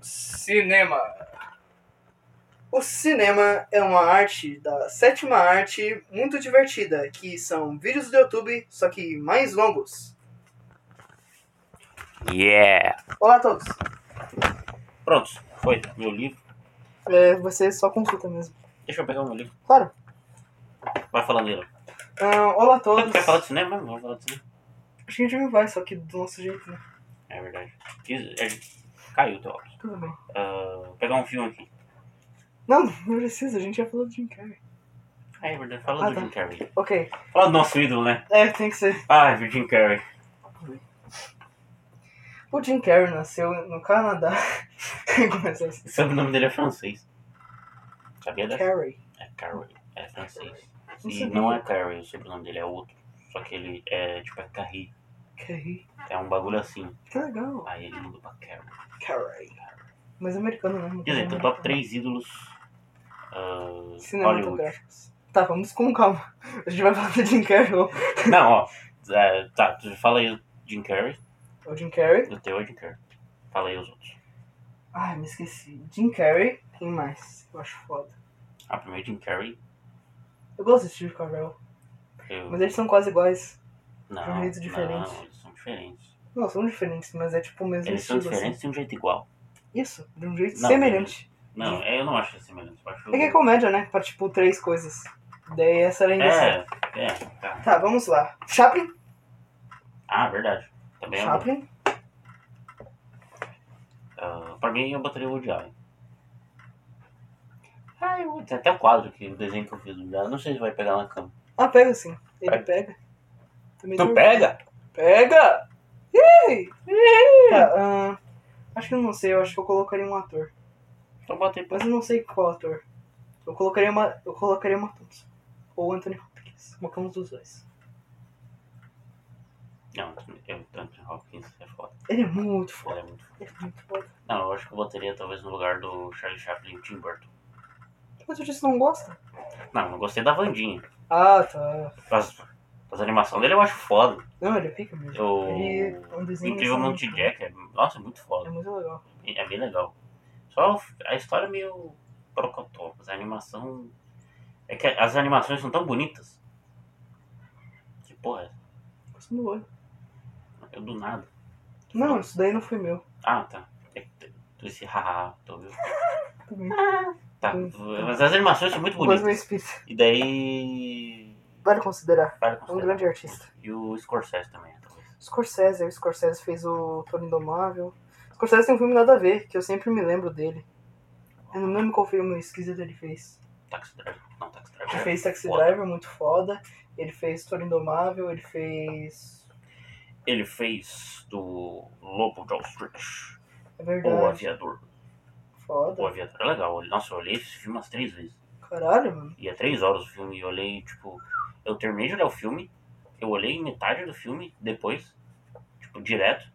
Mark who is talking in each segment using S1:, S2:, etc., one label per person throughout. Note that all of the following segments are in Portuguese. S1: Cinema.
S2: O cinema é uma arte da sétima arte muito divertida, que são vídeos do YouTube, só que mais longos.
S3: Yeah!
S2: Olá a todos.
S3: Pronto, foi. Meu livro.
S2: É, você só consulta mesmo.
S3: Deixa eu pegar o meu livro.
S2: Claro.
S3: Vai falando ele.
S2: Ah, olá a
S3: Quando
S2: todos.
S3: quer falar de cinema, mesmo, vamos falar de cinema.
S2: Acho que a gente não vai, só que do nosso jeito, né?
S3: É verdade. Isso- é- Caiu o teu óculos.
S2: Tudo bem.
S3: Ah, vou pegar um filme aqui.
S2: Não, não precisa, a gente já falou do Jim Carrey.
S3: Ah, é verdade. Fala
S2: Ah,
S3: do
S2: tá.
S3: Jim Carrey.
S2: Ok.
S3: Fala do nosso ídolo, né?
S2: É, tem que ser.
S3: Ah, Jim Carrey.
S2: O Jim Carrey nasceu no Canadá. Começa assim.
S3: O sobrenome dele é francês. Sabia dessa?
S2: Carrey.
S3: É Carrey. É francês.
S2: Não
S3: E
S2: sabia.
S3: não é Carrey, o sobrenome dele é outro. Só que ele é tipo é Carrey.
S2: Carrey.
S3: É um bagulho assim.
S2: Que legal.
S3: Aí ele mudou pra Carrey.
S2: Carrey. Mas americano, né?
S3: Quer dizer, então top 3 ídolos. ah, Hollywood.
S2: Cinematográficos. Tá, vamos com calma. A gente vai falar do Jim Carrey. ó.
S3: Não, ó. É, tá, tu fala aí o Jim Carrey.
S2: O Jim Carrey.
S3: O teu é Jim Carrey. Fala aí os outros.
S2: Ai, me esqueci. Jim Carrey. Quem mais? Eu acho foda.
S3: Ah, primeiro Jim Carrey.
S2: Eu gosto de Steve Carell.
S3: Eu...
S2: Mas eles são quase iguais.
S3: não,
S2: de um jeito diferente.
S3: Não, eles são diferentes.
S2: Não, são diferentes, mas é tipo o mesmo
S3: Eles são
S2: estilo. assim.
S3: diferentes de um jeito igual.
S2: Isso, de um jeito
S3: Não,
S2: semelhante.
S3: Não, eu não acho semelhante. Eu acho...
S2: É que é comédia, né? Pra tipo três coisas. Daí essa era a invenção.
S3: É, é, tá.
S2: Tá, vamos lá. Chaplin.
S3: Ah, verdade. Também é um-
S2: Chaplin.
S3: Ah, pra mim, eu botaria o Woody Allen. Ah, eu... tem até o quadro que o desenho que eu fiz do Woody Allen. Não sei se vai pegar na cama.
S2: Ah, pega sim. Ele
S3: Pega.
S2: pega. Também
S3: Tu
S2: tem-
S3: pega?
S2: Pega! Ih! Tá, ahn, acho que eu não sei, eu acho que eu colocaria um ator.
S3: Então bota aí pra...
S2: Mas eu não sei qual ator. Eu colocaria uma. Eu colocaria uma Thompson. Ou Anthony Hopkins. Uma que é um dos dois.
S3: Não, eu, Anthony Hopkins é foda.
S2: Ele é muito foda.
S3: Ele é muito
S2: Ele é muito foda.
S3: Não, eu acho que eu botaria talvez no lugar do Charlie Chaplin e Tim Burton.
S2: Mas eu disse não gosta.
S3: Não, eu gostei da Vandinha.
S2: Ah, tá.
S3: As, as animações dele eu acho foda.
S2: Não, ele é pica mesmo. Ele é
S3: O
S2: um desenho
S3: Incrível
S2: assim,
S3: Monte
S2: muito-
S3: Jack é, nossa, é muito
S2: É
S3: foda.
S2: muito legal.
S3: É bem legal. Só o- a história é meio procotó, mas a animação. É que as animações são tão bonitas. Que porra,
S2: Gosto do olho.
S3: eu do nada.
S2: Não, isso daí não foi meu.
S3: Ah, tá. É que tu- tu Esse haha, tu ouviu?
S2: Também.
S3: Tá,
S2: Hum.
S3: mas as animações são muito
S2: Mas meu
S3: bonitas.
S2: espírito.
S3: E daí.
S2: Vale considerar.
S3: Vale
S2: É um
S3: considerar.
S2: grande artista.
S3: E o Scorsese também, talvez.
S2: Scorsese, o Scorsese fez o Toro Indomável. Scorsese tem um filme nada a ver, que eu sempre me lembro dele. Eu não lembro qual filme esquisito ele fez.
S3: Taxi Driver. Não, Taxi
S2: Ele
S3: Driver.
S2: fez Taxi
S3: Foda.
S2: Driver, muito foda. Ele fez Toro Indomável, ele fez...
S3: Ele fez do Lobo de Wall Street.
S2: É
S3: O
S2: verdade,
S3: Aviador. O
S2: foda.
S3: Aviador é legal. Nossa, eu olhei esse filme umas três vezes.
S2: Caralho, mano.
S3: E é três horas o filme. E eu olhei, tipo... Eu terminei de olhar o filme. Eu olhei metade do filme depois. Tipo, direto.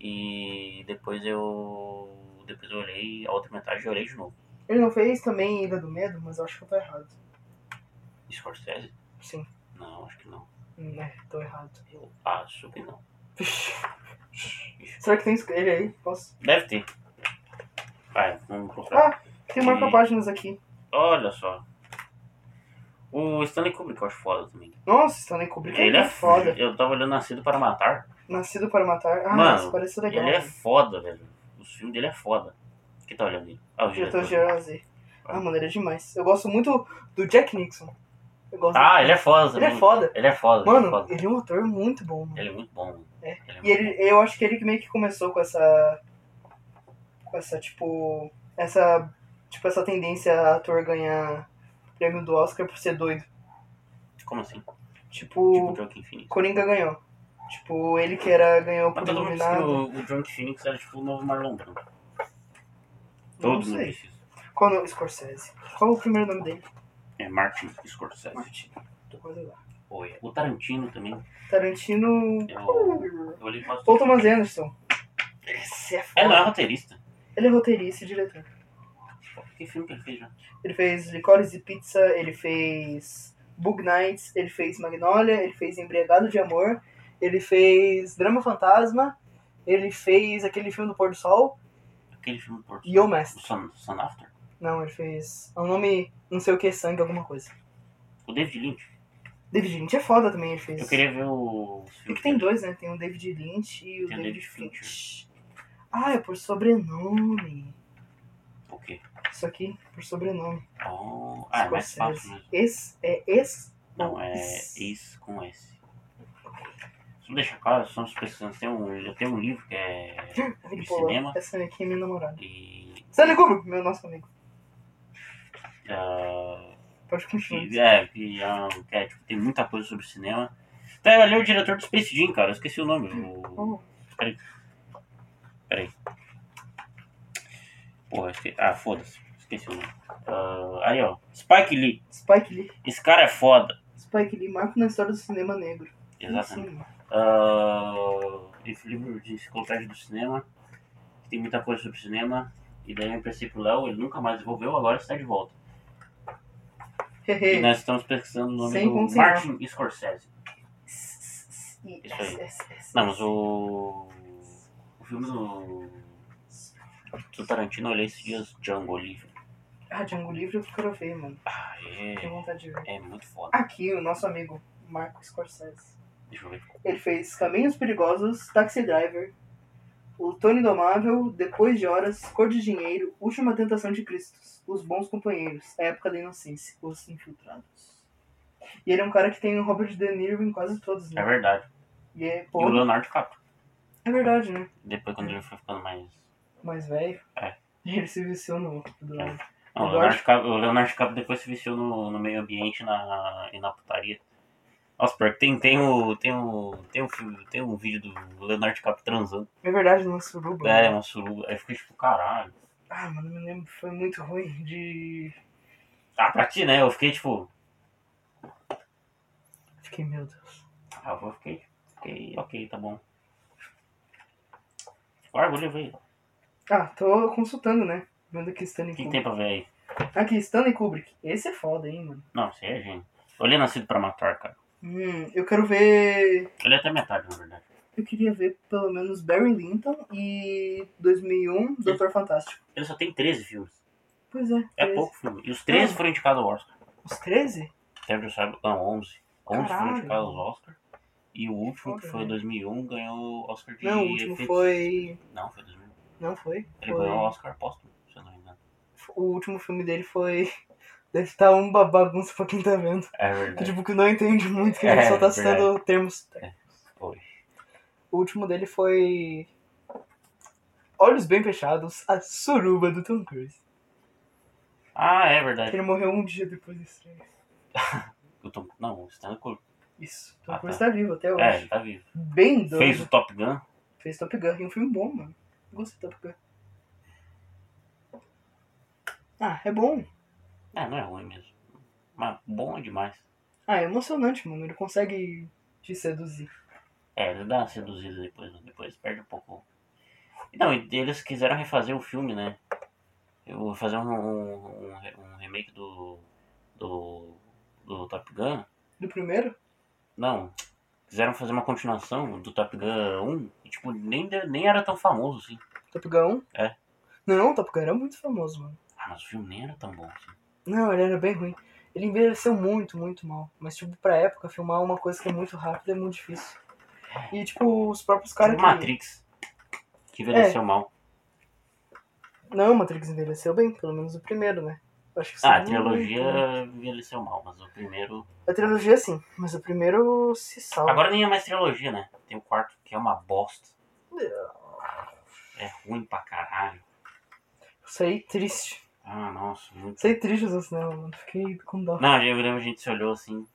S3: E depois eu... Depois eu olhei a outra metade e olhei de novo.
S2: Ele não fez também Ilha do Medo, mas eu acho que eu tô errado.
S3: Scorsese?
S2: Sim,
S3: Não, acho que não.
S2: Hum, é, tô errado.
S3: Eu acho que não.
S2: Vixe. Será que tem ele aí? Posso?
S3: Deve ter. Vai, vamos procurar.
S2: Ah, tem marca-páginas aqui.
S3: Olha só. O Stanley Kubrick eu acho foda também.
S2: Nossa, Stanley Kubrick
S3: Ele é
S2: foda.
S3: foda. Eu tava olhando Nascido para Matar.
S2: Nascido para Matar. Ah,
S3: Mano,
S2: nossa, parece legal.
S3: Ele é foda, velho. O filme dele é foda. Que tá olhando aí? Ah, o
S2: Diretor
S3: diretor.
S2: Gerasi. Ah, mano, ele é demais. Eu gosto muito do Jack Nixon. Eu gosto
S3: Ah, ele é foda
S2: Ele
S3: também.
S2: é foda.
S3: Ele é foda. ele é
S2: Mano,
S3: foda.
S2: ele é um ator muito bom, mano.
S3: Ele é muito bom. mano.
S2: É.
S3: Ele é
S2: E ele, eu acho que ele que meio que começou com essa. Com essa, tipo. Essa. Tipo, essa tendência a ator ganhar prêmio do Oscar por ser doido.
S3: muito- Como assim? Tipo o
S2: Tipo,
S3: Drunk Infinite.
S2: Coringa ganhou. Tipo, ele que era ganhou por
S3: Mas Ah, todo mundo disse que
S2: iluminado.
S3: o, o Drunk Phoenix era tipo o novo Marlon Brando.
S2: Não
S3: Todo mundo
S2: sei.
S3: disse isso.
S2: Qual o nome? Scorsese. Qual o primeiro nome dele?
S3: É Martin Scorsese.
S2: Martin. Tô quase lá.
S3: Oi. O Tarantino também.
S2: Tarantino.
S3: Eu, eu olhei quase.
S2: Ou Thomas Anderson. Esse é
S3: É,
S2: foda.
S3: não é roteirista. Tipo,
S2: Ele é roteirista e diretor.
S3: Que filme que ele fez já?
S2: Ele fez Licores e Pizza, ele fez Bug Nights, ele fez Magnolia, ele fez Embriagado de Amor, ele fez Drama Fantasma, Ele fez aquele filme do Pôr do Sol
S3: Aquele filme por
S2: e O Mestre.
S3: Sun, Sun After.
S2: Não, ele fez. É um nome, não sei o que, sangue, alguma coisa.
S3: O David Lynch.
S2: David Lynch é foda também, ele fez.
S3: Eu queria ver o.
S2: É que tem dois, né? Tem o David Lynch e o
S3: Tem o
S2: David
S3: David Fincher.
S2: Finch. Ah, é por sobrenome.
S3: O quê?
S2: Isso aqui, por sobrenome.
S3: Oh, ah, é mais
S2: Scorsese.
S3: fácil mesmo.
S2: Esse é esse.
S3: Não, é isso com S. Só deixa claro, somos pesquisando. Tem um, eu tenho um livro que é.
S2: A vida
S3: de
S2: Polo.
S3: cinema.
S2: Essa aqui Ah, é minha namorada.
S3: E.
S2: Stanley Kubrick, meu nosso amigo.
S3: ah,
S2: Pode continuar.
S3: que, é, que, ah, que é, tipo, tem muita coisa sobre cinema. Tá, eu olhei o diretor do Space Jam, cara. Eu esqueci o nome.
S2: Oh,
S3: O, Porra, esque... ah, foda-se, esqueci o nome. Ah, aí, ó, Spike Lee.
S2: Spike Lee.
S3: Esse cara é foda.
S2: Spike Lee, marco na história do cinema negro.
S3: Exatamente.
S2: Sim.
S3: Ah, esse livro de enciclopédia do cinema, tem muita coisa sobre cinema. E daí eu pensei pro Léo, ele nunca mais devolveu, agora está de volta. E
S2: Hehe.
S3: nós estamos pesquisando o nome
S2: Sem
S3: do
S2: conseguir.
S3: Martin Scorsese.
S2: Isso
S3: aí. Não, mas o. O filme do. Do Tarantino, eu olhei esses dias, Django Livre.
S2: Ah, Django Livre eu quero ver, mano.
S3: Ah,
S2: Tenho vontade de ver.
S3: é. É muito foda.
S2: Aqui, o nosso amigo Marco Scorsese.
S3: Deixa eu ver.
S2: Ele fez Caminhos Perigosos, Taxi Driver, O Tony Domável, Depois de Horas, Cor de Dinheiro, Última Tentação de Cristo, Os Bons Companheiros, A Época da Inocência, Os Infiltrados. E ele é um cara que tem o Robert De Niro em quase todos,
S3: É
S2: né?
S3: verdade.
S2: E é,
S3: E o
S2: pô,
S3: Leonardo DiCaprio.
S2: é verdade, né?
S3: Depois, quando ele foi ficando mais.
S2: Mais velho.
S3: É.
S2: Ele se viciou no do lado.
S3: Não, o
S2: Eduardo?
S3: Leonardo DiCaprio, o Leonardo DiCaprio depois se viciou no, no meio ambiente na, e na putaria. Nossa, pior que tem, tem, o, tem, o, tem, um filme, tem um vídeo do Leonardo DiCaprio transando.
S2: É verdade, no suruba.
S3: É, uma suruba. Aí eu fiquei tipo, caralho.
S2: né? Ah, mano, eu me lembro, foi muito ruim de.
S3: Ah, pra ti, né? Eu fiquei tipo.
S2: Fiquei, meu Deus.
S3: Ah, eu fiquei. Fiquei, ok, tá bom. Tipo, Agora vou levar aí.
S2: Ah, tô consultando, né? Vendo aqui Stanley
S3: O que, que
S2: Kubrick.
S3: tem pra ver aí?
S2: Aqui, Stanley Kubrick. Esse é foda, hein, mano.
S3: Não, isso aí é gênio. Olhei Nascido pra Matar, cara.
S2: Hum, eu quero ver.
S3: Olhei até metade, na verdade.
S2: Eu queria ver pelo menos Barry Lyndon e 2001, Doutor Fantástico.
S3: Ele só tem 13 filmes.
S2: Pois é.
S3: É
S2: 13.
S3: pouco filme. E os 13 foram indicados ao Oscar.
S2: Os 13?
S3: Sérgio Sábio, não, 11. 11
S2: Caralho.
S3: foram indicados aos Oscar. E o último, que
S2: Foda,
S3: foi em
S2: né?
S3: 2001, ganhou o Oscar de
S2: Não, o último
S3: efeitos-
S2: foi.
S3: Não, foi 2001.
S2: Não foi?
S3: Ele
S2: Foi.
S3: ganhou o Oscar póstumo, se eu não me engano.
S2: O último filme dele foi. Deve estar uma bagunça pra quem tá vendo.
S3: É
S2: Que,
S3: verdade.
S2: tipo, que não entende muito, que ele
S3: É,
S2: só tá
S3: verdade.
S2: citando termos.
S3: Foi.
S2: O último dele foi. Olhos Bem Fechados, a suruba do Tom Cruise.
S3: Ah, é verdade.
S2: Ele morreu um dia depois desse filme.
S3: O Tom... Não, o Stanley Kubrick.
S2: Isso. Tom
S3: Ah,
S2: Cruise
S3: tá.
S2: tá vivo até hoje.
S3: É, ele tá vivo.
S2: Bem doido.
S3: Fez o Top Gun.
S2: Fez Top Gun. E um filme bom, mano. Eu Gostei do Top Gun. Ah, é bom.
S3: É, não é ruim mesmo. Mas bom é demais.
S2: Ah, é emocionante, mano. Ele consegue te seduzir.
S3: É, ele dá uma seduzida depois, né? depois perde um pouco. Não, e eles quiseram refazer o filme, né? Eu vou fazer um, um, um re- um remake do, do, do Top Gun.
S2: Do primeiro?
S3: Não, quiseram fazer uma continuação do Top Gun 1 e, tipo, nem, de- nem era tão famoso assim.
S2: Top Gun 1?
S3: É.
S2: Não, o Top Gun era muito famoso, mano.
S3: Ah, mas o filme nem era tão bom assim.
S2: Não, ele era bem ruim. Ele envelheceu muito, muito mal. Mas, tipo, pra época, filmar uma coisa que é muito rápida é muito difícil. E, tipo, os próprios caras
S3: Tipo
S2: que... É,
S3: Matrix, que envelheceu mal.
S2: Não, Matrix envelheceu bem, pelo menos o primeiro, né? Eu Acho que o
S3: Ah, a
S2: segundo não envelheceu.
S3: trilogia envelheceu mal, mas o primeiro.
S2: A trilogia, sim. Mas o primeiro se salva.
S3: Agora nem é mais trilogia, né? Tem o quarto que é uma bosta. É ruim pra caralho.
S2: Eu saí é triste.
S3: Ah, nossa, muito.
S2: Saí triste do cinema, mano. Fiquei com dó.
S3: Não, eu lembro que a gente se olhou assim,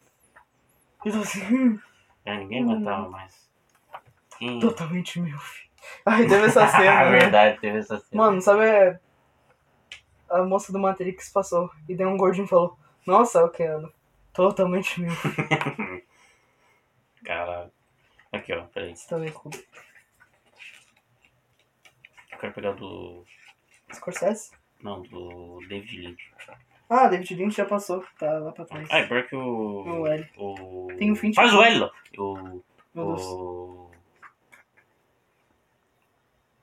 S2: Eu tô assim, hum,
S3: né, ninguém aguentava mais. Quem... É
S2: totalmente meu, filho. Ai, teve essa cena, né?
S3: verdade, teve essa cena.
S2: Mano, sabe. é, A moça do Matrix passou e deu um gordinho e falou: Nossa, eu quero. Totalmente meu.
S3: Caralho. Aqui, ó, peraí.
S2: Você também com
S3: Eu quero pegar do.
S2: Scorsese?
S3: Não, do David Lynch.
S2: Ah, David Lynch já passou. Tá lá pra trás.
S3: Ah, é pior que o.
S2: O L.
S3: O...
S2: Tem o fim de-
S3: Faz o L! O.
S2: Meu Deus.
S3: o...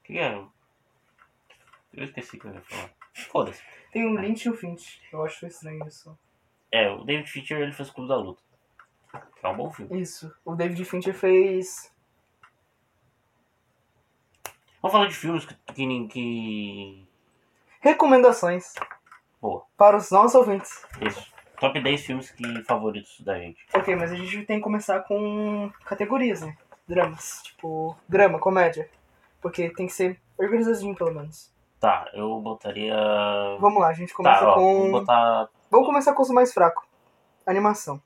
S3: que é? Eu esqueci o que eu ia falar. Foda-se.
S2: Tem o Lynch e o Finch. Eu acho estranho isso.
S3: É, o David Fincher, ele fez Clube da Luta. Que é um bom filme.
S2: Isso. O David Fincher fez.
S3: Vamos falar de filmes que... que, nem- que...
S2: Recomendações
S3: Boa.
S2: para os nossos ouvintes.
S3: Isso. Top 10 filmes que favoritos da gente.
S2: Ok, mas a gente tem que começar com categorias, né? Dramas. Tipo, drama, comédia. Porque tem que ser organizadinho, pelo menos.
S3: Tá, eu botaria...
S2: Vamos lá, a gente começa
S3: Tá, ó,
S2: com.
S3: vou botar...
S2: Vamos começar com os mais fracos. Animação.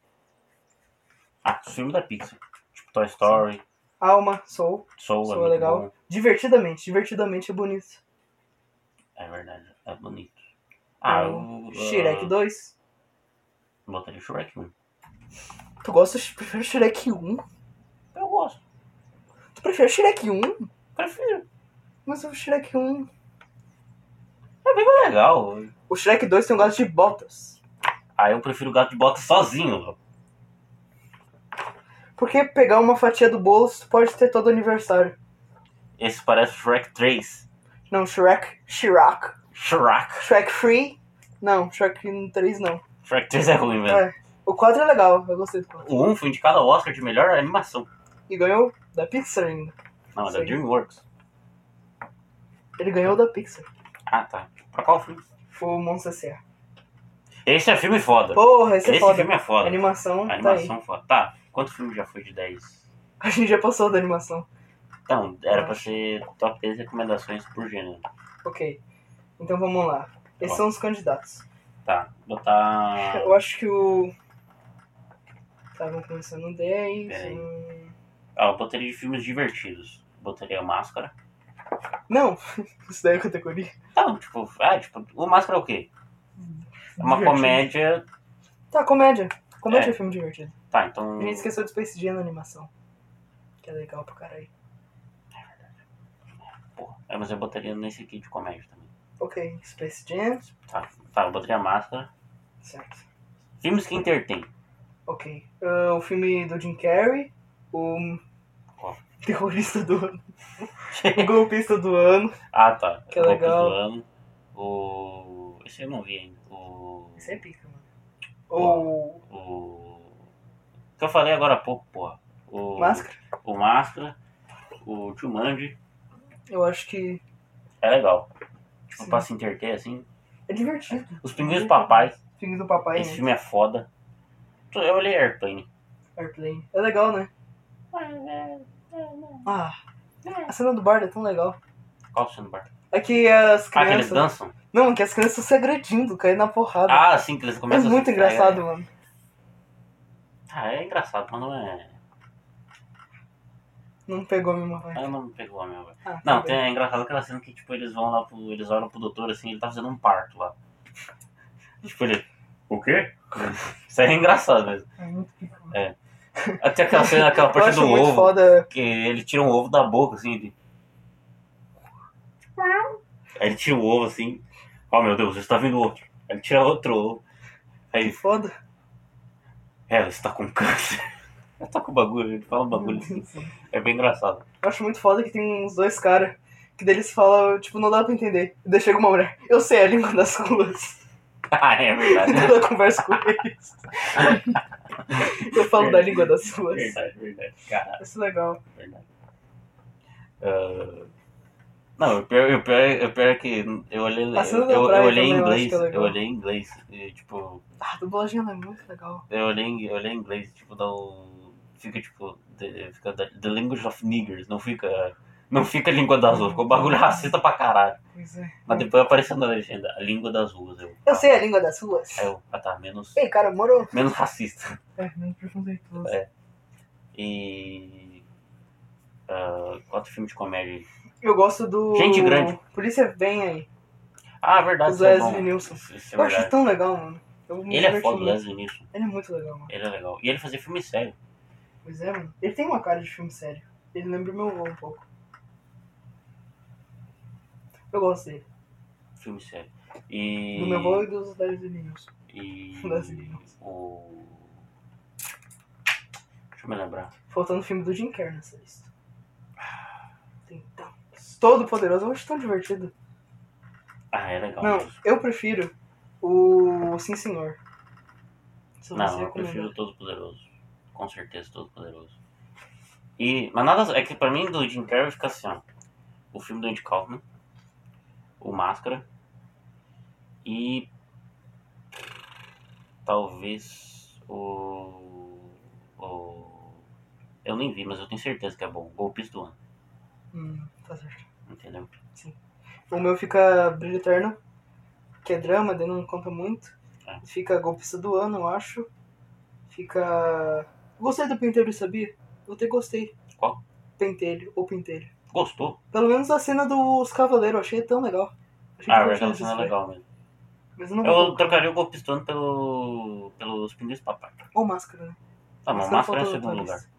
S3: Ah, os filmes da Pixar. Tipo, Toy Story,
S2: Alma, Soul.
S3: Soul,
S2: Soul
S3: é
S2: é
S3: muito
S2: legal.
S3: bom.
S2: Divertidamente. Divertidamente é bonito.
S3: É verdade, é bonito. Ah,
S2: o
S3: eu...
S2: um Shrek
S3: ah,
S2: 2.
S3: Botaria Shrek 1.
S2: Tu gosta de prefere o Shrek 1?
S3: Eu gosto.
S2: Tu prefere o Shrek 1?
S3: Prefiro.
S2: Mas o Shrek 1.
S3: É bem mais legal.
S2: O Shrek 2 tem um gato de botas.
S3: Ah, eu prefiro o gato de bota sozinho, Léo.
S2: Porque pegar uma fatia do bolo, tu pode ter todo o aniversário.
S3: Esse parece Shrek 3.
S2: Não, Shrek. Shrek.
S3: Shrek.
S2: Shrek 3? Não, Shrek 3 não.
S3: Shrek 3 é ruim mesmo.
S2: É. O 4 é legal, eu gostei do 4.
S3: O 1 foi indicado ao Oscar de melhor animação.
S2: E ganhou da Pixar ainda.
S3: Não, é da
S2: Sim.
S3: DreamWorks.
S2: Ele ganhou da Pixar.
S3: Ah, tá. Pra qual filme?
S2: O Monstro S.A.
S3: Esse é filme foda.
S2: Porra, esse, é foda.
S3: filme é
S2: A
S3: foda.
S2: animação,
S3: A
S2: tá aí.
S3: animação foda. Tá, quanto filme já foi de 10?
S2: A gente já passou da animação.
S3: Então, era
S2: Eu
S3: pra ser top 10 recomendações por gênero.
S2: Ok. Então vamos lá. Esses
S3: Ó. Ah.
S2: são os candidatos.
S3: Tá, botar.
S2: Eu acho que é o. Tá, vamos começar no 10.
S3: Peraí.
S2: hum.
S3: Ah, eu botaria de filmes divertidos. Botaria Máscara.
S2: Não, isso daí é categoria.
S3: Tá, tipo, ah, tipo, o Máscara é o quê? É uma
S2: Divertido.
S3: comédia.
S2: Tá, comédia. Comédia é,
S3: É.
S2: filme divertido.
S3: Tá, então.
S2: A gente esqueceu de Space Jam na animação. Que é legal pra caralho.
S3: Porra. É, mas eu botaria nesse aqui de comédia também.
S2: Ok, Space Jam.
S3: Tá, tá eu botaria Máscara.
S2: Certo.
S3: Filmes que entretêm.
S2: Ok. Ah, o filme do Jim Carrey. O.
S3: Qual?
S2: Terrorista do ano. o golpista do ano.
S3: Ah, tá.
S2: Que
S3: Golpes
S2: legal.
S3: do ano. O. Esse eu não vi ainda. O.
S2: Isso é pica, mano. Ou.
S3: O. O que eu falei agora há pouco, porra. O.
S2: Máscara.
S3: O Máscara. O Jumanji.
S2: Eu acho que.
S3: É legal. Tipo,
S2: Sim.
S3: pra se interter assim.
S2: É divertido.
S3: Os Pinguins Papais.
S2: Filme do papai,
S3: Esse
S2: né?
S3: filme é foda. Eu olhei Airplane.
S2: Airplane. É legal, né?
S3: É,
S2: Ah, a cena do bar é tão legal.
S3: Qual o seu bar?
S2: É que as
S3: Ah, que eles
S2: crianças.
S3: dançam?
S2: não, é que as crianças estão se agredindo, caindo na porrada.
S3: Ah, sim, que eles
S2: é
S3: começam a
S2: muito
S3: se-
S2: engraçado, mano.
S3: Ah, é engraçado, mas não é.
S2: Não pegou a mesma vibe.
S3: Ah, não me pegou a minha velho.
S2: Ah,
S3: Não,
S2: tá
S3: tem,
S2: bem.
S3: é engraçado aquela cena que, tipo, eles vão lá pro. Eles olham pro doutor assim, ele tá fazendo um parto lá. tipo, ele. O quê? Isso aí é engraçado mesmo.
S2: É muito pica, mano.
S3: Até aquela cena, aquela
S2: Eu
S3: parte
S2: acho
S3: do
S2: muito
S3: ovo,
S2: foda.
S3: que ele tira um ovo da boca, assim, ele. Aí ele tira o ovo assim. Oh meu Deus, está vindo outro. Aí ele tira outro ovo. Aí
S2: Que foda.
S3: É, você tá com câncer. Eu tô com bagulho, ele fala um bagulho. É bem engraçado.
S2: Eu acho muito foda que tem uns dois caras que deles falam, tipo, não dá pra entender. E daí chega uma mulher, eu sei a língua das ruas.
S3: Ah, é
S2: E
S3: verdade.
S2: daí ela conversa com eles. eu falo da língua das ruas.
S3: verdade, verdade. Caralho,
S2: Isso é legal.
S3: verdade. Ah, Não, o pior, o, pior, o pior é que eu olhei,
S2: A cena
S3: eu,
S2: da
S3: eu
S2: Tá praia também,
S3: olhei em
S2: eu acho
S3: inglês.
S2: que é
S3: Eu,
S2: legal.
S3: olhei em inglês. e, tipo,
S2: Ah, a dublagem ela é muito legal.
S3: eu olhei, em- eu olhei em inglês, tipo, dá um. Fica tipo. The, fica the, the language of niggers. Não fica. Não fica língua das ruas. Ficou um bagulho racista pra caralho.
S2: Pois é.
S3: Mas depois apareceu na legenda, a língua das ruas. Eu,
S2: Eu sei a língua das ruas.
S3: Aí eu, ah tá, menos.
S2: Ei, cara, morou.
S3: Menos racista.
S2: É, menos preconceituoso.
S3: É. E. ah, quatro filmes de comédia. aí.
S2: Eu gosto do.
S3: Gente grande.
S2: Polícia vem aí.
S3: Ah, verdade,
S2: O
S3: isso é
S2: Leslie
S3: bom.
S2: Nielsen.
S3: Isso- isso é
S2: Eu acho tá
S3: verdade.
S2: tão legal, mano. Eu me
S3: Ele é
S2: diverti
S3: foda, o
S2: muito.
S3: Leslie Nielsen.
S2: Ele é muito legal, mano.
S3: Ele é legal. E ele fazia filme sério.
S2: Pois é, mano. Ele tem uma cara de filme sério. Ele lembra o meu avô um pouco. Eu gosto dele.
S3: Filme sério. E.
S2: Do meu avô e dos Leslie Nielsen.
S3: E.
S2: Leslie Nielsen.
S3: O. Deixa eu me lembrar.
S2: Faltando o filme do Jim Carrey nessa lista. Então. Todo Poderoso. Eu acho tão divertido.
S3: Ah, é legal.
S2: Não,
S3: mesmo.
S2: eu prefiro o Sim Senhor. Se eu fosse
S3: Não, eu
S2: recomendar.
S3: prefiro o Todo Poderoso. Com certeza, Todo Poderoso. E, mas nada. É que pra mim, do Jim Carrey fica assim: ó, o filme do Andy Kaufman, o Máscara e. Talvez o. o eu nem vi, mas eu tenho certeza que é bom. Golpes do ano,
S2: Hum, tá certo.
S3: entendeu?
S2: O meu fica Brilho Eterno, que é drama, daí não conta muito.
S3: É.
S2: Fica Golpista do Ano, eu acho. Fica. Gostei do Pentelho, sabia? Eu até gostei.
S3: Qual?
S2: Pentelho, ou Pentelho.
S3: Gostou?
S2: Pelo menos a cena dos Cavaleiros, eu achei tão legal. Achei
S3: Ah,
S2: divertido
S3: aquela
S2: de
S3: cena é
S2: ver.
S3: legal mesmo.
S2: Mas eu né? não vou
S3: Eu trocaria o Golpes do ano pelo. pelos Pinguins Papai.
S2: Ou máscara, né?
S3: Tá, mas o
S2: não
S3: Máscara é
S2: faltou
S3: em
S2: na
S3: segundo
S2: tua
S3: lugar.
S2: lista.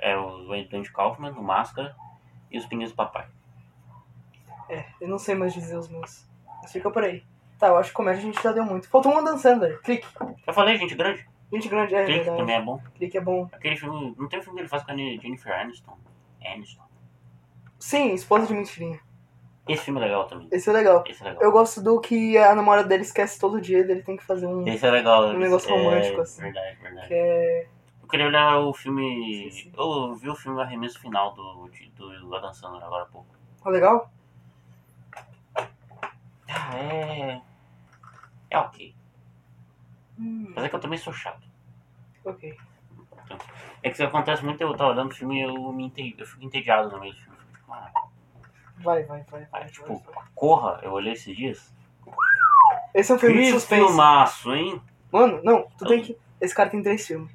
S3: É o Andy Kaufman, o Máscara e os Pinguins Papai.
S2: É, eu não sei mais dizer os meus. Mas fica por aí. Tá, eu acho que comédia a gente já deu muito. Faltou um Adam Sandler. Clique.
S3: Eu falei, gente grande.
S2: Gente grande, é
S3: Clique
S2: verdade.
S3: também é bom.
S2: Clique é bom.
S3: Aquele filme. Não tem um filme que ele faz com a Jennifer Aniston? Aniston.
S2: Sim, Esposa de Mentirinha.
S3: Esse filme é legal também.
S2: Esse é legal.
S3: Esse é legal.
S2: Eu gosto do que a namorada dele esquece todo dia, ele tem que fazer um.
S3: Esse é legal.
S2: Um negócio romântico,
S3: é,
S2: assim.
S3: Verdade, verdade.
S2: Que é.
S3: Eu queria olhar o filme.
S2: Sim, sim.
S3: Eu vi o filme Arremesso Final do, de- do Adam Sandler agora há pouco.
S2: ó, legal?
S3: Ah, é. É ok.
S2: Hum,
S3: Mas é que eu também sou chato.
S2: ok.
S3: É que isso acontece muito, eu tava olhando o filme e eu, me ente... eu fico entediado no meio do filme. Fico, ah,
S2: Vai, vai, vai. vai,
S3: Ah, tipo,
S2: vai, vai.
S3: Corra, eu olhei esses dias.
S2: Esse é um filme de
S3: Que
S2: suspense.
S3: filmaço, hein?
S2: Mano, não, tu tem que. Esse cara tem três filmes.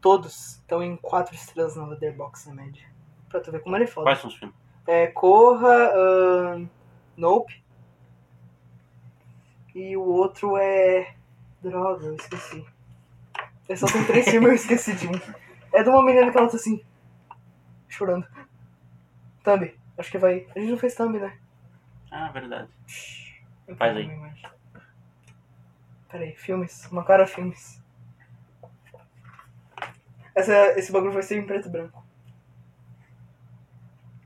S2: Todos estão em quatro estrelas na Leatherbox na média. Pra tu ver como ele é foda.
S3: Quais são os filmes?
S2: É Corra, ahn, Nope. E o outro é. Droga, eu esqueci. Eu só tenho três filmes eu esqueci de um. É de uma menina que ela tá assim. Chorando. Thumb, acho que vai. A gente não fez thumb, né?
S3: Ah, verdade.
S2: Eu
S3: Faz
S2: perdi
S3: aí.
S2: minha imagem. Peraí, filmes. Uma cara filmes. Essa- esse bagulho vai ser em preto e branco.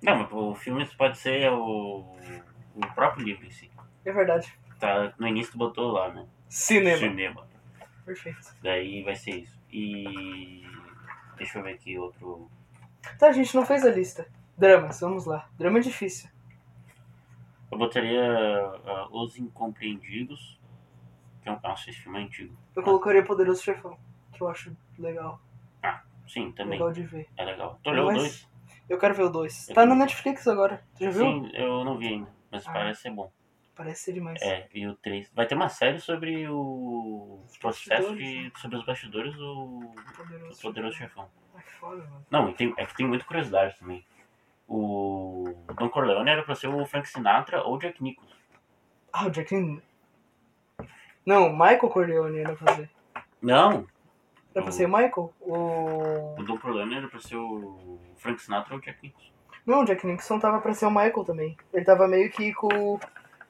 S3: Não, mas o filme pode ser o, o próprio livro em si.
S2: É verdade.
S3: Tá, no início tu botou lá, né?
S2: Cinema.
S3: Cinema.
S2: Perfeito.
S3: Daí vai ser isso. E. Deixa eu ver aqui outro.
S2: Tá, a gente não fez a lista. Dramas, vamos lá. Drama é difícil.
S3: Eu botaria ah, Os Incompreendidos. Que é um... Nossa, esse filme é antigo.
S2: Eu colocaria Poderoso Chefão, que eu acho legal.
S3: Sim, também.
S2: Legal de ver.
S3: É legal. Tu olhou
S2: Mas-
S3: dois?
S2: Eu quero ver o 2.
S3: Eu
S2: Tá na
S3: também.
S2: Netflix agora. Tu já viu?
S3: Sim, eu não vi ainda. Mas
S2: Ah.
S3: parece ser bom.
S2: Parece ser demais.
S3: É, e o 3. Vai ter uma série sobre o processo
S2: bastidores, né?
S3: de. sobre os bastidores do do
S2: Poderoso.
S3: Poderoso Chefão.
S2: Chefão. Ai, que foda, mano.
S3: Não, e tem, é que tem muita curiosidade também. O Don Corleone era pra ser o Frank Sinatra ou Jack Nicholson.
S2: Ah, o Jack Nicholson. Não, o Michael Corleone era pra fazer.
S3: Não,
S2: Era pra ser o Michael? O...
S3: o Don Corleone era pra ser o Frank Sinatra ou Jack Nicholson.
S2: Não, o Jack Nicholson tava pra ser o Michael também. Ele tava meio que com...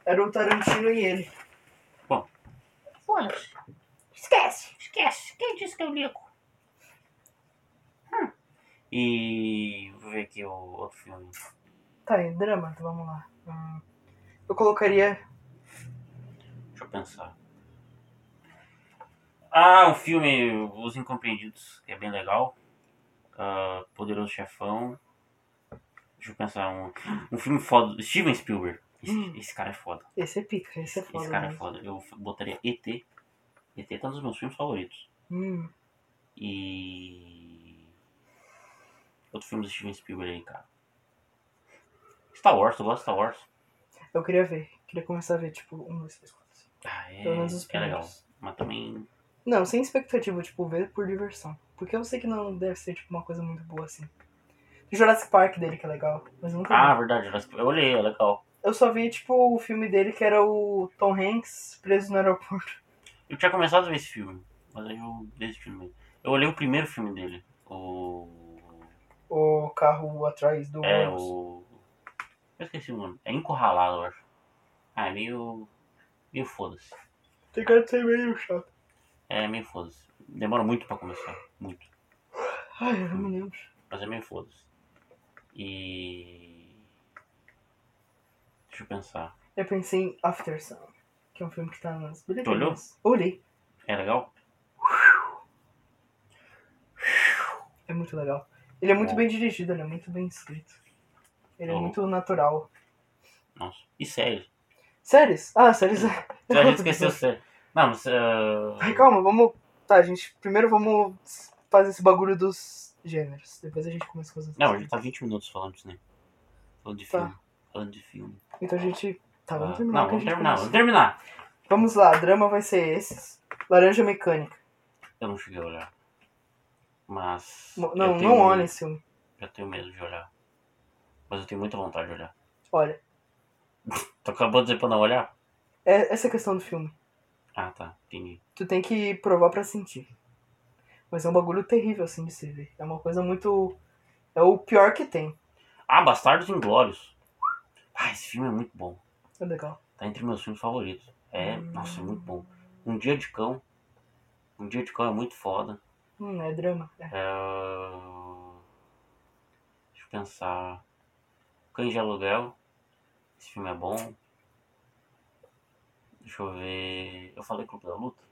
S2: Era o Tarantino e ele.
S3: Foda-se,
S2: Esquece!
S3: esquece. Quem disse que eu ligo? Hum. E. vou ver aqui o outro filme.
S2: Tá, e drama, então vamos lá. Hum, Eu colocaria...
S3: Deixa eu pensar. Ah, o filme Os Incompreendidos, que é bem legal. Ah, Poderoso Chefão. Deixa eu pensar um, um filme foda. Steven Spielberg. Esse,
S2: Hum.
S3: esse cara é foda.
S2: Esse é pica, esse é foda.
S3: Esse cara é
S2: né?
S3: foda. Eu f- botaria ET. ET tá nos meus filmes favoritos.
S2: Hum,
S3: E. Outro filme do Steven Spielberg aí, cara. Star Wars, eu gosto de Star Wars.
S2: eu queria ver. Queria começar a ver, tipo, um, dois, três, quatro, cinco.
S3: Ah, é,
S2: Pelo menos os
S3: é legal.
S2: primeiros.
S3: Mas também.
S2: Não, sem expectativa, tipo, ver por diversão. Porque eu sei que não deve ser, tipo, uma coisa muito boa assim. O Jurassic Park dele que é legal, mas eu nunca
S3: Ah,
S2: vi.
S3: verdade, Jurassic- eu olhei, é legal.
S2: Eu só vi, tipo, o filme dele que era o Tom Hanks preso no aeroporto.
S3: Eu tinha começado a ver esse filme, mas aí eu desisti no meio. Eu olhei o primeiro filme dele, o.
S2: O carro atrás do
S3: É,
S2: ônibus.
S3: o. Eu esqueci o nome. É Encurralado, eu acho. Ah, é meio. meio foda-se.
S2: Tem cara de ser meio chato.
S3: É meio foda-se. Demora muito pra começar, muito.
S2: Ai, eu não me lembro.
S3: Mas é meio foda-se. E. Deixa eu pensar.
S2: Eu pensei em After Sun, que é um filme que tá nas bilheterias.
S3: olhou?
S2: Olhei.
S3: É legal?
S2: É muito legal. Ele é muito
S3: Bom.
S2: bem dirigido, ele é muito bem escrito. Ele é
S3: Bom.
S2: muito natural.
S3: Nossa. E sério?
S2: Séries? Ah, séries.
S3: Então a gente esqueceu sério. Não, mas. ah,
S2: Ai, calma, vamos. Tá, gente. Primeiro vamos fazer esse bagulho dos gêneros. Depois a gente começa com as outras
S3: Não, a gente
S2: coisas.
S3: tá 20 minutos falando disso, né? Falando de
S2: Tá.
S3: filme. Falando de filme.
S2: Então a gente. Tá,
S3: Ah,
S2: vamos terminar. que
S3: não,
S2: a
S3: vamos
S2: gente
S3: terminar,
S2: começou.
S3: vamos terminar.
S2: Vamos lá, drama vai ser esses. Laranja Mecânica.
S3: Eu não cheguei a olhar. Mas.
S2: Mo-
S3: eu
S2: Não,
S3: tenho- um.
S2: não olha esse filme.
S3: Eu tenho medo de olhar. Mas eu tenho muita vontade de olhar.
S2: Olha,
S3: Tu acabou de dizer pra não olhar?
S2: é essa é a questão do filme.
S3: Ah, tá. Entendi.
S2: Tu tem que provar pra sentir. Mas é um bagulho terrível, assim, de se ver. É uma coisa muito. É o pior que tem.
S3: Ah, Bastardos Inglórios. Ah, esse filme é muito bom.
S2: É legal.
S3: Tá entre meus filmes favoritos. É, nossa, é muito bom. Um Dia de Cão. Um Dia de Cão é muito foda.
S2: Hum, é drama. É.
S3: É... Deixa eu pensar. Cães de Aluguel. Esse filme é bom. Deixa eu ver. Eu falei Clube da Luta?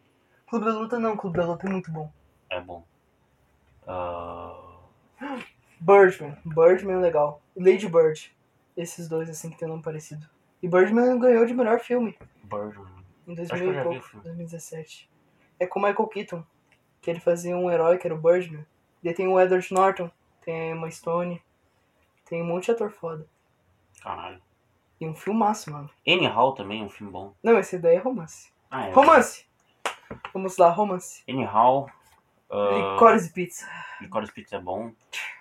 S2: Clube da Luta não, Clube da Luta é muito bom.
S3: É bom. Ah,
S2: Birdman. Birdman é legal. E Lady Bird. Esses dois, assim, que tem nome parecido. E Birdman ganhou de melhor filme
S3: Birdman.
S2: em
S3: Acho que eu
S2: 2000 e
S3: já vi o
S2: pouco,
S3: filme.
S2: 2017. É com Michael Keaton, que ele fazia um herói que era o Birdman. Daí tem o Edward Norton, tem a Emma Stone, tem um monte de ator foda.
S3: Caralho.
S2: E um filmaço, mano.
S3: Annie Hall também é um filme bom.
S2: Não, esse daí é romance.
S3: Ah, é.
S2: Romance! Vamos lá, romance.
S3: Annie Hall. ah,
S2: Licores e pizza.
S3: Licorice Pizza é bom.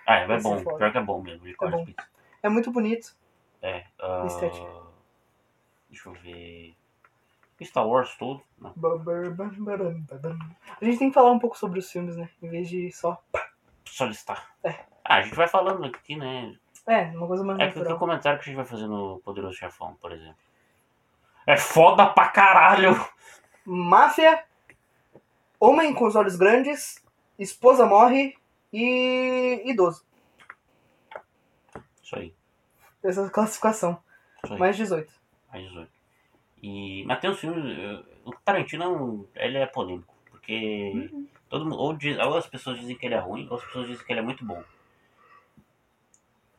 S3: Ah, é, é
S2: Vai ser
S3: bom.
S2: foda.
S3: Pior que é bom mesmo, Licorice
S2: É bom.
S3: Pizza.
S2: É muito bonito.
S3: É. ah,
S2: Estética.
S3: Deixa eu ver. Star Wars todo. Não.
S2: Ba- ba- ba- ba- ba- ba- ba. A gente tem que falar um pouco sobre os filmes, né? Em vez de só.
S3: Só listar.
S2: É.
S3: Ah, a gente vai falando aqui, né?
S2: É, uma coisa mais
S3: É que que é o
S2: natural.
S3: comentário que a gente vai fazer no Poderoso Chefão, por exemplo. É foda pra caralho!
S2: Máfia, Homem com os Olhos Grandes, Esposa Morre e Idoso.
S3: Isso aí.
S2: Essa é classificação.
S3: Isso aí.
S2: Mais 18.
S3: Mais 18. E, mas tem uns filmes. eh, O Tarantino é um- ele é polêmico. Porque
S2: Uhum.
S3: todo mundo, ou, diz- ou as pessoas dizem que ele é ruim, ou as pessoas dizem que ele é muito bom.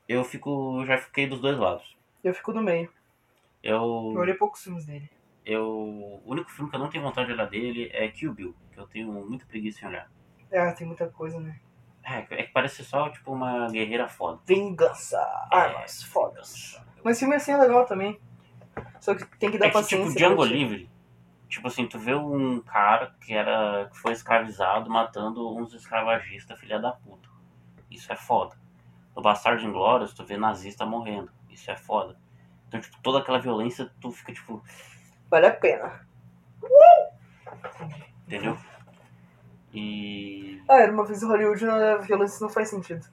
S3: Eu fico. Já fiquei dos dois lados.
S2: Eu fico no meio.
S3: Eu.
S2: Eu olhei poucos filmes dele.
S3: eu É o único filme que eu não tenho vontade de olhar dele é Kill Bill, que eu tenho muita preguiça em olhar.
S2: Ah, tem muita coisa, né?
S3: É, é que parece só tipo uma guerreira foda.
S2: Vingança,
S3: É,
S2: armas, fodas. Mas filme assim é legal também. Só que tem que dar
S3: É que,
S2: paciência.
S3: tipo,
S2: pra
S3: Django
S2: ti.
S3: Livre, tipo assim, tu vê um cara que era que foi escravizado matando uns escravagistas, filha da puta. Isso é foda. No Bastardos Inglórios, tu vê nazista morrendo. Isso é foda. Então, tipo, toda aquela violência, tu fica, tipo,
S2: Vale a pena.
S3: entendeu? E...
S2: Ah, era uma vez em Hollywood, a violência não faz sentido.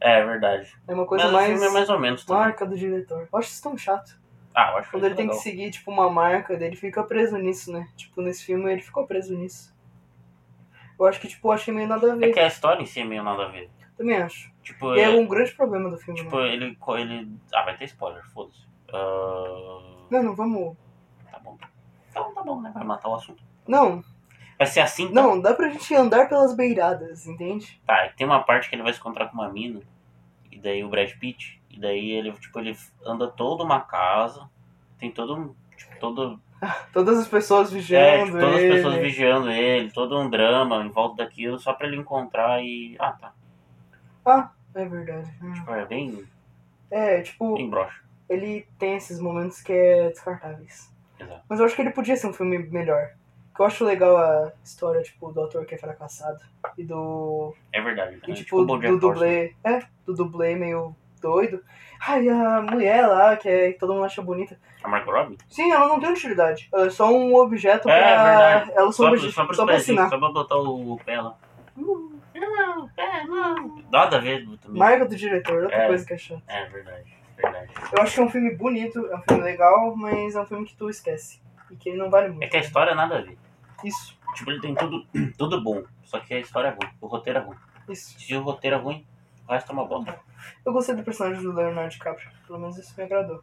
S3: É, é verdade.
S2: É uma coisa
S3: Mas o
S2: mais
S3: filme é mais ou menos também.
S2: marca do diretor. Eu acho isso tão chato.
S3: Ah, eu acho que
S2: Quando ele tem que
S3: legal.
S2: seguir, tipo, uma marca, daí ele fica preso nisso, né? Tipo, nesse filme ele ficou preso nisso. Eu acho que, tipo, eu achei meio nada a
S3: É
S2: ver.
S3: que a história em si é meio nada a ver.
S2: Também acho.
S3: Tipo,
S2: E é
S3: é-
S2: um grande problema do filme,
S3: tipo
S2: né?
S3: ele, co- ele... Ah, vai ter spoiler, foda-se. Ah,
S2: Não, não, vamos.
S3: Tá bom. Então tá bom, né? Vai matar o assunto.
S2: Não,
S3: Vai ser assim? então?
S2: não, dá pra gente andar pelas beiradas, entende?
S3: Tá, e tem uma parte que ele vai se encontrar com uma mina, e daí o Brad Pitt, e daí ele, tipo, ele anda toda uma casa, tem todo um. Tipo, todo,
S2: Todas as pessoas
S3: é,
S2: vigiando.
S3: tipo, todas as
S2: ele.
S3: pessoas vigiando ele, todo um drama em volta daquilo, só pra ele encontrar e. Ah, tá.
S2: É verdade. Hum.
S3: Tipo, é bem,
S2: É, tipo,
S3: bem broxa.
S2: ele tem esses momentos que é descartáveis.
S3: Exato.
S2: Mas eu acho que ele podia ser um filme melhor. Que eu acho legal a história, tipo, do ator que é fracassado e do
S3: É verdade. Né?
S2: E
S3: o
S2: tipo,
S3: BoJack
S2: do dublê.
S3: né?
S2: É, do dublê meio doido. Ai, a mulher lá, que, é, que todo mundo acha bonita.
S3: Horseman. A Margot Robbie?
S2: Sim, ela não tem utilidade. Ela é só um objeto
S3: É,
S2: pra.
S3: verdade.
S2: ela é só,
S3: Só,
S2: um
S3: pra-
S2: objeto,
S3: só, pros
S2: só pra
S3: pezinhos,
S2: assinar.
S3: só pra botar o pé lá. Não, pé, não. Nada a ver também.
S2: Marca do diretor, outra
S3: É.
S2: coisa que é chata.
S3: É verdade, verdade.
S2: Eu acho que é um filme bonito, é um filme legal, mas é um filme que tu esquece. E que ele não vale muito.
S3: É que a história nada a ver.
S2: Isso,
S3: Tipo, ele tem tudo, tudo bom, só que a história é ruim, o roteiro é ruim.
S2: isso.
S3: Se o roteiro é ruim, o resto é uma bosta.
S2: Eu gostei do personagem do Leonardo DiCaprio, pelo menos isso me agradou.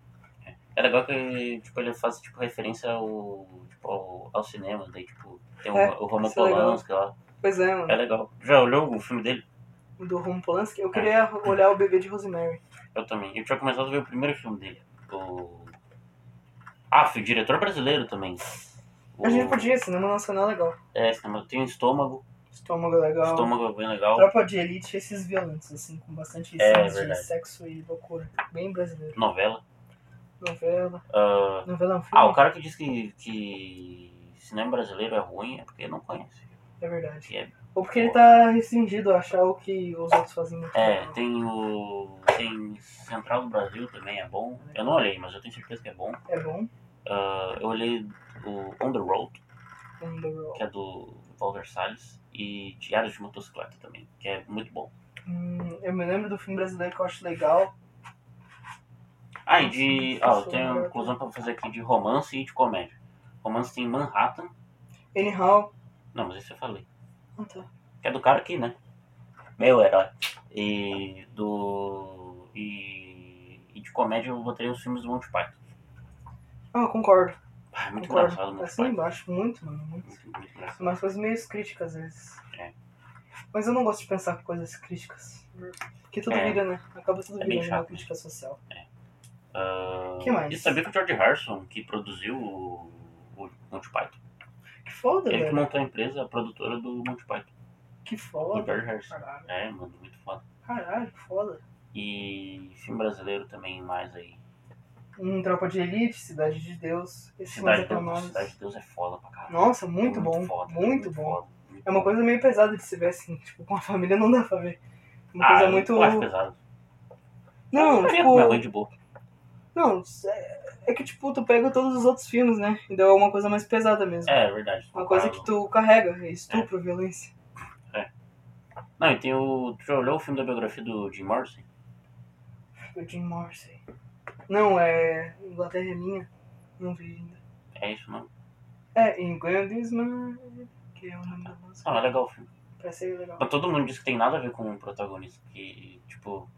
S3: É legal que tipo, ele faz tipo, referência ao, tipo, ao, ao cinema, daí tipo, tem o,
S2: É,
S3: o Roman
S2: isso é legal.
S3: Polanski lá.
S2: Pois é,
S3: É
S2: mano.
S3: legal. Já olhou o filme dele?
S2: Do Roman Polanski.
S3: É.
S2: Eu queria olhar o bebê de Rosemary.
S3: Eu também. Eu tinha começado a ver o primeiro filme dele. O... Ah, foi o diretor brasileiro também. O...
S2: A gente podia, cinema nacional é legal.
S3: É, cinema- tem o estômago.
S2: Estômago é legal.
S3: Estômago é bem legal.
S2: Tropa de elite, esses violentos, assim, com bastante
S3: É,
S2: cenas de
S3: verdade.
S2: sexo e loucura. Bem brasileiro.
S3: Novela.
S2: Novela.
S3: Ah,
S2: Novela é um filme.
S3: Ah, o cara que diz que, que cinema brasileiro é ruim é porque não conhece.
S2: É verdade.
S3: É.
S2: Ou porque ele tá restringido a achar o que os outros fazem muito
S3: É,
S2: bem.
S3: tem o. Tem Central do Brasil também, é bom. Eu não olhei, mas eu tenho certeza que é bom.
S2: É bom.
S3: Ah, eu olhei o On the Road,
S2: On the road.
S3: que é do Walter Salles, e Diários de Motocicleta também, que é muito bom.
S2: Hum, eu me lembro do filme brasileiro que eu acho legal.
S3: Ah, e de. Ah, eu tenho uma inclusão pra fazer aqui de romance e de comédia. Romance tem Manhattan.
S2: Anyhow.
S3: Não, mas isso eu falei.
S2: Ah, tá.
S3: Que é do cara aqui, né? Meu herói. E do. E, e de comédia eu botei os filmes do Monty Python.
S2: Ah, eu concordo.
S3: Ah, é muito
S2: concordo.
S3: engraçado o Monty
S2: Assim
S3: Python.
S2: embaixo, muito, mano. Muito.
S3: Muito, muito engraçado.
S2: Umas coisas meio críticas às vezes.
S3: É.
S2: Mas eu não gosto de pensar coisas críticas. Porque tudo
S3: É.
S2: vira, né? Acaba tudo
S3: É
S2: virando
S3: bem
S2: uma
S3: chato. É.
S2: crítica social.
S3: Ah,
S2: Que mais?
S3: E sabia que o George Harrison, que produziu o, o Monty Python,
S2: Que foda,
S3: ele que
S2: velho.
S3: montou a empresa produtora do Monty Python,
S2: Que
S3: o
S2: foda.
S3: George Harrison.
S2: Caralho.
S3: É, mano, muito foda.
S2: Caralho, que foda.
S3: E filme brasileiro também, mais aí.
S2: Um Tropa de Elite, Cidade de Deus. Esses mais
S3: Cidade, de Deus,
S2: econômicos.
S3: Cidade de Deus é foda pra caralho.
S2: Nossa, muito,
S3: É
S2: bom.
S3: foda,
S2: muito, bom.
S3: foda, muito
S2: É uma
S3: bom.
S2: coisa meio pesada de se ver assim. Tipo, com a família não dá pra ver. Uma
S3: Ah,
S2: coisa
S3: eu
S2: muito.
S3: acho pesado.
S2: Não,
S3: Eu ia com minha
S2: tipo.
S3: mãe de boa.
S2: Não, é- é que tipo, tu pega todos os outros filmes, né? Então é uma coisa mais pesada mesmo.
S3: É, é verdade.
S2: Uma coisa que tu carrega, é estupro, violência.
S3: Não, e tem o. Tu já olhou o filme da biografia do Jim Morrison?
S2: O Jim Morrissey. Não, é. Inglaterra é minha. Não vi ainda.
S3: É isso, não?
S2: É, England is mine, que é o nome da música.
S3: Não, é legal o filme.
S2: Parece ser legal.
S3: Mas todo mundo diz que tem nada a ver com o protagonista. Que, tipo.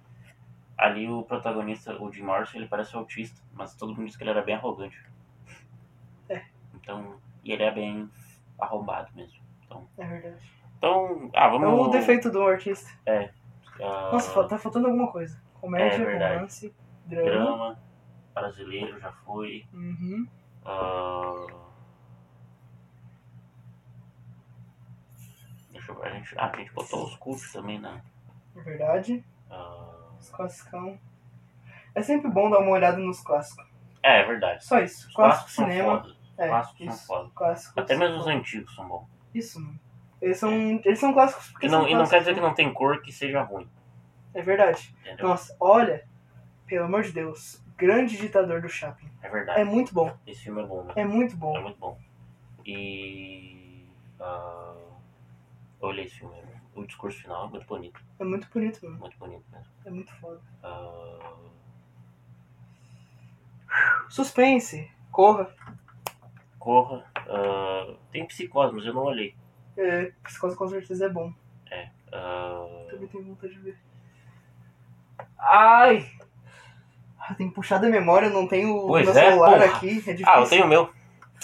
S3: Ali o protagonista, o Jim Morrison, ele parece autista. Mas todo mundo diz que ele era bem arrogante.
S2: É.
S3: Então. E ele é bem arrombado mesmo.
S2: É verdade.
S3: Então. Ah,
S2: É
S3: vamos.
S2: o defeito do artista.
S3: ah,
S2: Nossa, fa- tá faltando alguma coisa.
S3: É
S2: Comédia,
S3: verdade.
S2: romance, drama.
S3: Drama. Brasileiro já foi.
S2: Uhum.
S3: Ah, Deixa eu ver, a gente, ah, a gente botou os cultos também, né?
S2: É verdade.
S3: Ah,
S2: Os classicão. É sempre bom dar uma olhada nos clássicos.
S3: É, é verdade.
S2: Só isso.
S3: Os
S2: Clássico,
S3: clássicos
S2: cinema.
S3: são foda.
S2: É,
S3: Clássicos são
S2: isso.
S3: foda.
S2: Clássicos.
S3: Até mesmo os antigos são bons.
S2: Isso, mano. Eles são, eles são clássicos porque
S3: E não,
S2: são
S3: e não quer
S2: clássicos,
S3: dizer que não tem cor que seja ruim,
S2: né? É verdade.
S3: entendeu?
S2: Nossa, olha, pelo amor de Deus, Grande Ditador do Chaplin.
S3: É
S2: É
S3: verdade.
S2: muito bom,
S3: Esse filme é bom, né?
S2: é muito
S3: É
S2: bom.
S3: muito bom. E. ah, eu olhei esse filme. né? O discurso final é muito bonito.
S2: É muito bonito, mano.
S3: Muito bonito mesmo.
S2: É muito foda.
S3: Ah,
S2: Suspense, corra,
S3: corra. ah, tem psicose, mas eu não olhei.
S2: é, Psicose com certeza é bom.
S3: Ah,
S2: Também tenho vontade de ver. Ai! Ah, Tem que puxar da memória, eu não tenho o
S3: Pois
S2: meu
S3: é,
S2: celular
S3: porra.
S2: aqui. É difícil.
S3: Ah, eu tenho o meu.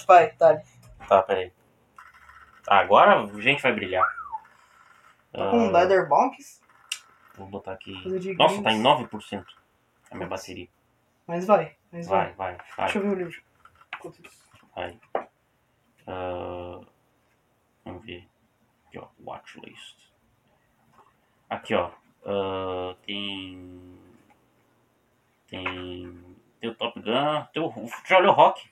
S2: Vai, tá.
S3: Tá, peraí. Agora a gente vai brilhar.
S2: Tá
S3: Ah,
S2: com um Leather Bonks,
S3: vou botar aqui.
S2: coisa de
S3: Nossa, tá em
S2: games.
S3: 9% a minha bateria.
S2: Mas vai, mas vai.
S3: Vai, vai,
S2: Deixa eu
S3: vai,
S2: ver o livro. Enquanto isso.
S3: vai. Ah, vamos ver. Aqui, ó. Watchlist. Aqui, ó. ah, tem. Tem. Tem o Top Gun. Tem o. Já olhou o Rock?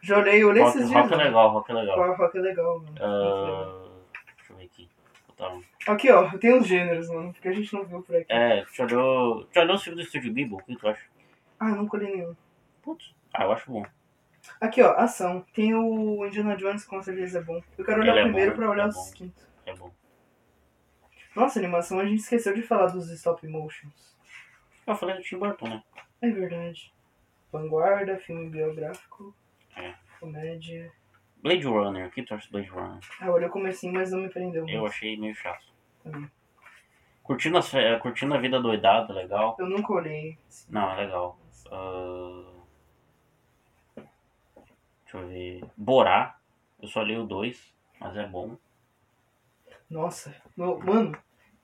S2: Já olhei, eu olhei
S3: Rock,
S2: esses dias.
S3: rock é legal, Rock é legal.
S2: Ah, rock é legal, mano. Muito legal.
S3: Ah, deixa eu ver aqui. Vou botar um.
S2: Aqui, ó, tem os gêneros, mano, porque a gente não viu por aqui.
S3: É, tu olhou, tu olhou o filme do Estúdio Bibo? O que tu acha?
S2: Ah, não colhei nenhum.
S3: Putz. Ah, eu acho bom.
S2: Aqui, ó, ação. Tem o Indiana Jones, com certeza é bom. Eu quero olhar
S3: Ele
S2: o
S3: é
S2: primeiro
S3: bom,
S2: pra olhar
S3: é
S2: os
S3: bom.
S2: quintos.
S3: É bom.
S2: Nossa, animação, a gente esqueceu de falar dos stop motions.
S3: Eu falei do Tim Burton, né?
S2: É verdade. Vanguarda, filme biográfico,
S3: É.
S2: comédia.
S3: Blade Runner, o que tu acha do Blade Runner?
S2: Ah, olha o comecinho, mas não me prendeu.
S3: Eu
S2: muito.
S3: achei meio chato.
S2: Também.
S3: Curtindo, as, fe- eh, curtindo a vida doidada, legal.
S2: Eu nunca olhei.
S3: Não, é legal. Ah, Deixa eu ver. Borá. Eu só li o 2, mas é bom.
S2: Nossa, meu- mano,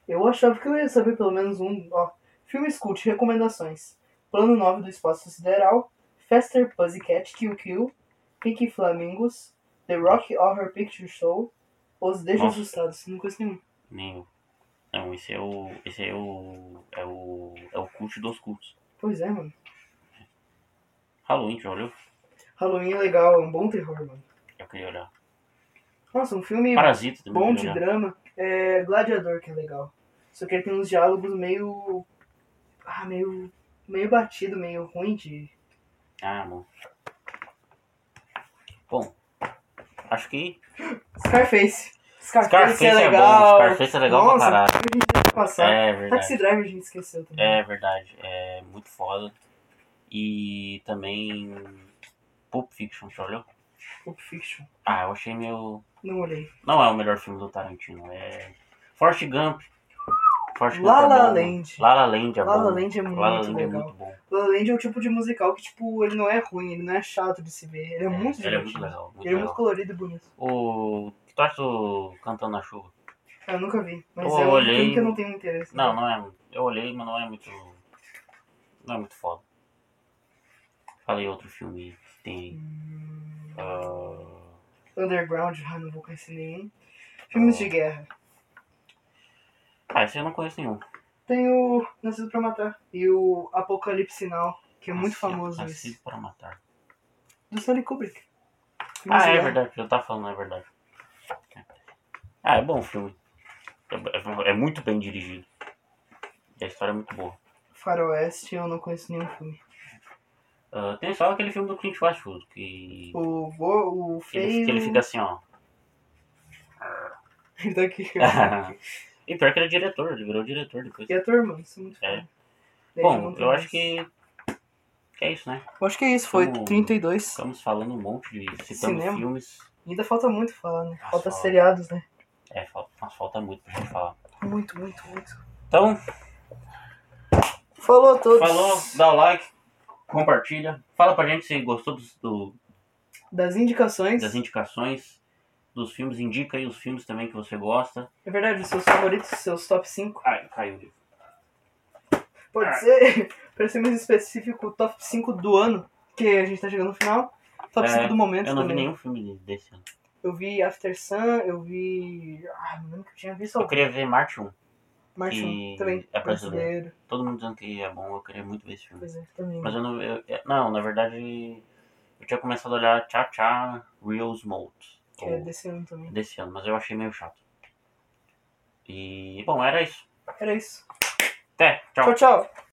S2: eu achava que eu ia saber pelo menos um. Ó, filmes cult, recomendações: Plano 9 do Espaço Sideral, Faster Pussycat Kill Kill, Pink Flamingos, The Rock Horror Picture Show, Os Deixa
S3: Nossa.
S2: Assustados. Não conheço nenhum.
S3: Nenhum. Não, esse é o. Esse é o. É o. É o culto dos cultos.
S2: Pois é, mano.
S3: Halloween, já olhou?
S2: Halloween é legal, é um bom terror, mano.
S3: Eu queria olhar.
S2: Nossa, um filme
S3: Parasita também.
S2: bom
S3: eu
S2: de
S3: queria olhar.
S2: drama é Gladiador, que é legal. Só que ele tem uns diálogos meio. Ah, meio. meio batido, meio ruim de.
S3: Ah, não. Bom. Acho que.
S2: Scarface. Scarface,
S3: Scarface
S2: é
S3: é,
S2: legal.
S3: bom. Scarface é legal
S2: Nossa,
S3: pra caralho.
S2: a gente deve passar.
S3: É verdade.
S2: Taxi Driver a gente esqueceu também.
S3: É verdade. É muito foda. E também. Pulp Fiction, já olhou?
S2: Pulp Fiction.
S3: Ah, eu achei meio.
S2: Não olhei.
S3: Não é o melhor filme do Tarantino. É. Forrest Gump. Forrest é
S2: La La
S3: tá bom.
S2: Land.
S3: La La Land é
S2: La
S3: bom.
S2: La Land é muito
S3: La La Land é
S2: legal.
S3: muito bom.
S2: La La Land é o tipo de musical que, tipo, ele não é ruim, ele não é chato de se ver. Ele é, muito
S3: ele é
S2: divertido.
S3: muito legal. Muito
S2: Ele é
S3: legal.
S2: muito colorido e bonito.
S3: O que tu acha do Cantando na Chuva?
S2: Eu nunca vi. Mas
S3: Eu
S2: é um
S3: olhei-
S2: filme que eu não tenho interesse.
S3: Não, não é. Eu olhei, mas não é muito. Não é muito foda. Falei outro filme que tem.
S2: Hum,
S3: ah,
S2: Underground, ah, não vou conhecer nenhum. Filmes de guerra.
S3: Ah, esse eu não conheço nenhum.
S2: Tem o Nascido pra Matar e o Apocalipse Sinal, que é muito
S3: Nascido-
S2: famoso
S3: Nascido
S2: esse.
S3: para matar.
S2: Do Stanley Kubrick. Filmes
S3: Ah,
S2: de
S3: é
S2: guerra.
S3: verdade. Eu tava falando, é verdade. Ah, é bom o filme. É- É, é muito bem dirigido. E a história é muito boa.
S2: Faroeste, eu não conheço nenhum filme.
S3: Ah, tem só aquele filme do Clint Eastwood que
S2: O, vo, o
S3: ele-
S2: feio...
S3: que ele fica assim, ó.
S2: Ele tá aqui.
S3: e pior que ele é diretor, ele virou diretor depois.
S2: e a tua irmã, isso é muito
S3: É.
S2: foda. Daí não
S3: Bom,
S2: tem
S3: eu
S2: mais.
S3: acho que é isso, né?
S2: Eu acho que é isso, foi
S3: Então,
S2: 32.
S3: Estamos falando um monte de citando
S2: Cinema.
S3: filmes.
S2: Ainda falta muito falar, né?
S3: Nossa,
S2: Falta
S3: fala.
S2: seriados, né?
S3: É, falta, nossa, falta muito pra gente falar.
S2: Muito, muito, muito.
S3: Então,
S2: Falou a todos.
S3: falou, dá o like, compartilha. Fala pra gente se gostou dos- do-
S2: Das indicações.
S3: das indicações dos filmes. Indica aí os filmes também que você gosta.
S2: É verdade, os seus favoritos, os seus top 5.
S3: Ai, caiu o livro.
S2: Pode
S3: Ah.
S2: ser, pra ser mais específico, o top 5 do ano, que a gente tá chegando no final. Top
S3: É,
S2: 5 do momento
S3: Eu não vi
S2: também.
S3: nenhum filme desse ano.
S2: Eu vi After Sun, eu vi. Ah, não lembro que eu tinha visto.
S3: Eu queria ver Marte 1.
S2: Martin
S3: que
S2: também.
S3: é
S2: brasileiro.
S3: brasileiro. Todo mundo dizendo que é bom, eu queria muito ver esse filme.
S2: Pois é, também.
S3: Mas eu não. eu- eu- não, na verdade, eu tinha começado a olhar Tchá Tchá Reels Mode.
S2: Que é
S3: ou
S2: desse ano também.
S3: Desse ano, mas eu achei meio chato. E, bom, era isso.
S2: Era isso.
S3: Até, tchau.
S2: Tchau, tchau.